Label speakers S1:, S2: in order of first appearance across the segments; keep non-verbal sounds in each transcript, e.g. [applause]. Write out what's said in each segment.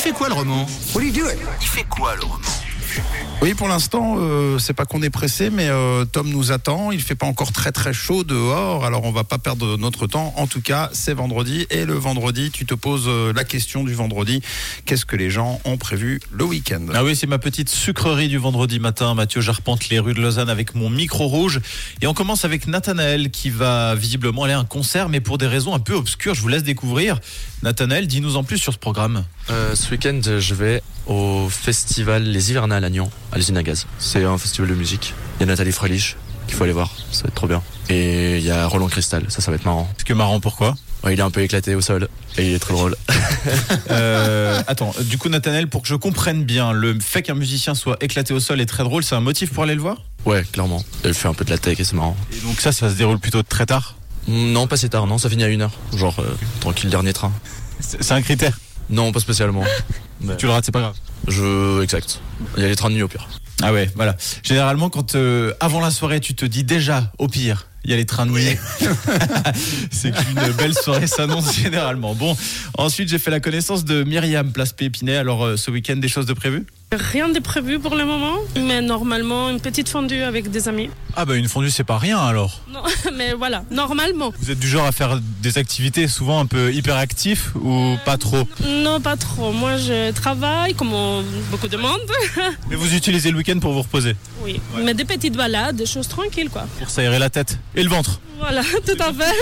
S1: fait quoi le roman
S2: What do you doing?
S1: Il fait quoi le roman
S3: Oui, pour l'instant, euh, c'est pas qu'on est pressé, mais euh, Tom nous attend. Il fait pas encore très très chaud dehors, alors on va pas perdre notre temps. En tout cas, c'est vendredi et le vendredi, tu te poses euh, la question du vendredi qu'est-ce que les gens ont prévu le week-end
S4: Ah oui, c'est ma petite sucrerie du vendredi matin. Mathieu, j'arpente les rues de Lausanne avec mon micro rouge. Et on commence avec Nathanaël qui va visiblement aller à un concert, mais pour des raisons un peu obscures. Je vous laisse découvrir. Nathanaël, dis-nous en plus sur ce programme.
S5: Euh, ce week-end, je vais au festival Les Hivernales à Nyon, à l'usine à gaz. C'est un festival de musique. Il y a Nathalie Freilich qu'il faut aller voir, ça va être trop bien. Et il y a Roland Cristal, ça, ça va être marrant.
S4: C'est que marrant, pourquoi
S5: Ouais, il est un peu éclaté au sol et il est trop drôle.
S4: Euh, Attends, du coup, Nathanaël, pour que je comprenne bien, le fait qu'un musicien soit éclaté au sol est très drôle, c'est un motif pour aller le voir
S5: Ouais, clairement. Il fait un peu de la tech et c'est marrant.
S4: Et donc ça, ça se déroule plutôt très tard.
S5: Non, pas si tard, non, ça finit à une heure. Genre, euh, tranquille, dernier train.
S4: C'est c'est un critère.
S5: Non, pas spécialement.
S4: Tu le rates, c'est pas grave.
S5: Je. Exact. Il y a les trains de nuit au pire.
S4: Ah ouais, voilà. Généralement, quand euh, avant la soirée, tu te dis déjà, au pire, il y a les trains de nuit. [laughs] C'est qu'une belle soirée s'annonce généralement. Bon, ensuite, j'ai fait la connaissance de Myriam Place Pépinay. Alors, euh, ce week-end, des choses de prévues
S6: Rien de prévu pour le moment, mais normalement une petite fondue avec des amis.
S4: Ah bah une fondue, c'est pas rien alors.
S6: Non, [laughs] mais voilà, normalement.
S4: Vous êtes du genre à faire des activités souvent un peu hyperactifs ou pas trop
S6: Non, pas trop. Moi, je travaille comme on- beaucoup de monde.
S4: Mais vous utilisez le week-end pour vous reposer,
S6: Oui, mais des petites balades, des choses tranquilles, quoi.
S4: pour s'aérer la tête et le ventre.
S6: Voilà, [laughs] tout à fait.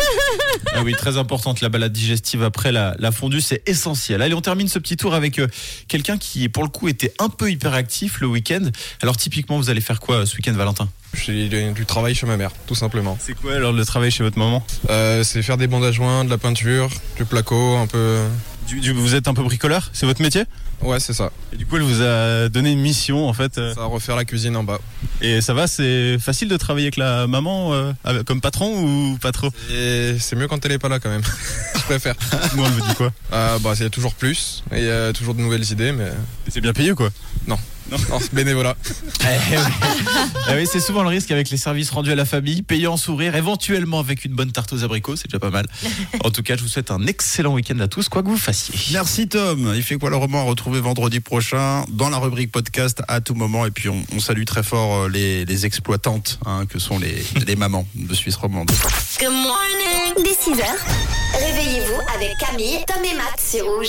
S4: Ah oui, très importante la balade digestive après la, la fondue, c'est essentiel. Allez, on termine ce petit tour avec euh, quelqu'un qui, pour le coup, était un peu hyperactif le week-end. Alors typiquement, vous allez faire quoi euh, ce week-end, Valentin
S7: J'ai du du travail chez ma mère, tout simplement.
S4: C'est quoi alors le travail chez votre maman
S7: Euh, c'est faire des bandes à joints, de la peinture, du placo, un peu.
S4: du, du- Vous êtes un peu bricoleur C'est votre métier
S7: Ouais, c'est ça.
S4: Et du coup, elle vous a donné une mission en fait. euh,
S7: Ça va refaire la cuisine en bas.
S4: Et ça va, c'est facile de travailler avec la maman euh, avec- comme patron ou pas [laughs] trop
S7: Et c'est mieux quand elle est pas là quand même. [laughs] Je préfère.
S4: Nous, on vous dit quoi
S7: Ah bah, c'est toujours plus et euh, toujours de nouvelles idées, mais. [laughs]
S4: Et C'est bien payé quoi
S7: Non, c'est bénévolat.
S4: Eh oui. Eh oui, c'est souvent le risque avec les services rendus à la famille, payés en sourire, éventuellement avec une bonne tarte aux abricots, c'est déjà pas mal. En tout cas, je vous souhaite un excellent week-end à tous, quoi que vous fassiez.
S3: Merci Tom. Il fait quoi le roman à retrouver vendredi prochain dans la rubrique podcast à tout moment. Et puis on, on salue très fort euh, les, les exploitantes hein, que sont les, les mamans de Suisse romande.
S8: Dès 6h, réveillez-vous avec Camille, Tom et Matt sur Rouge.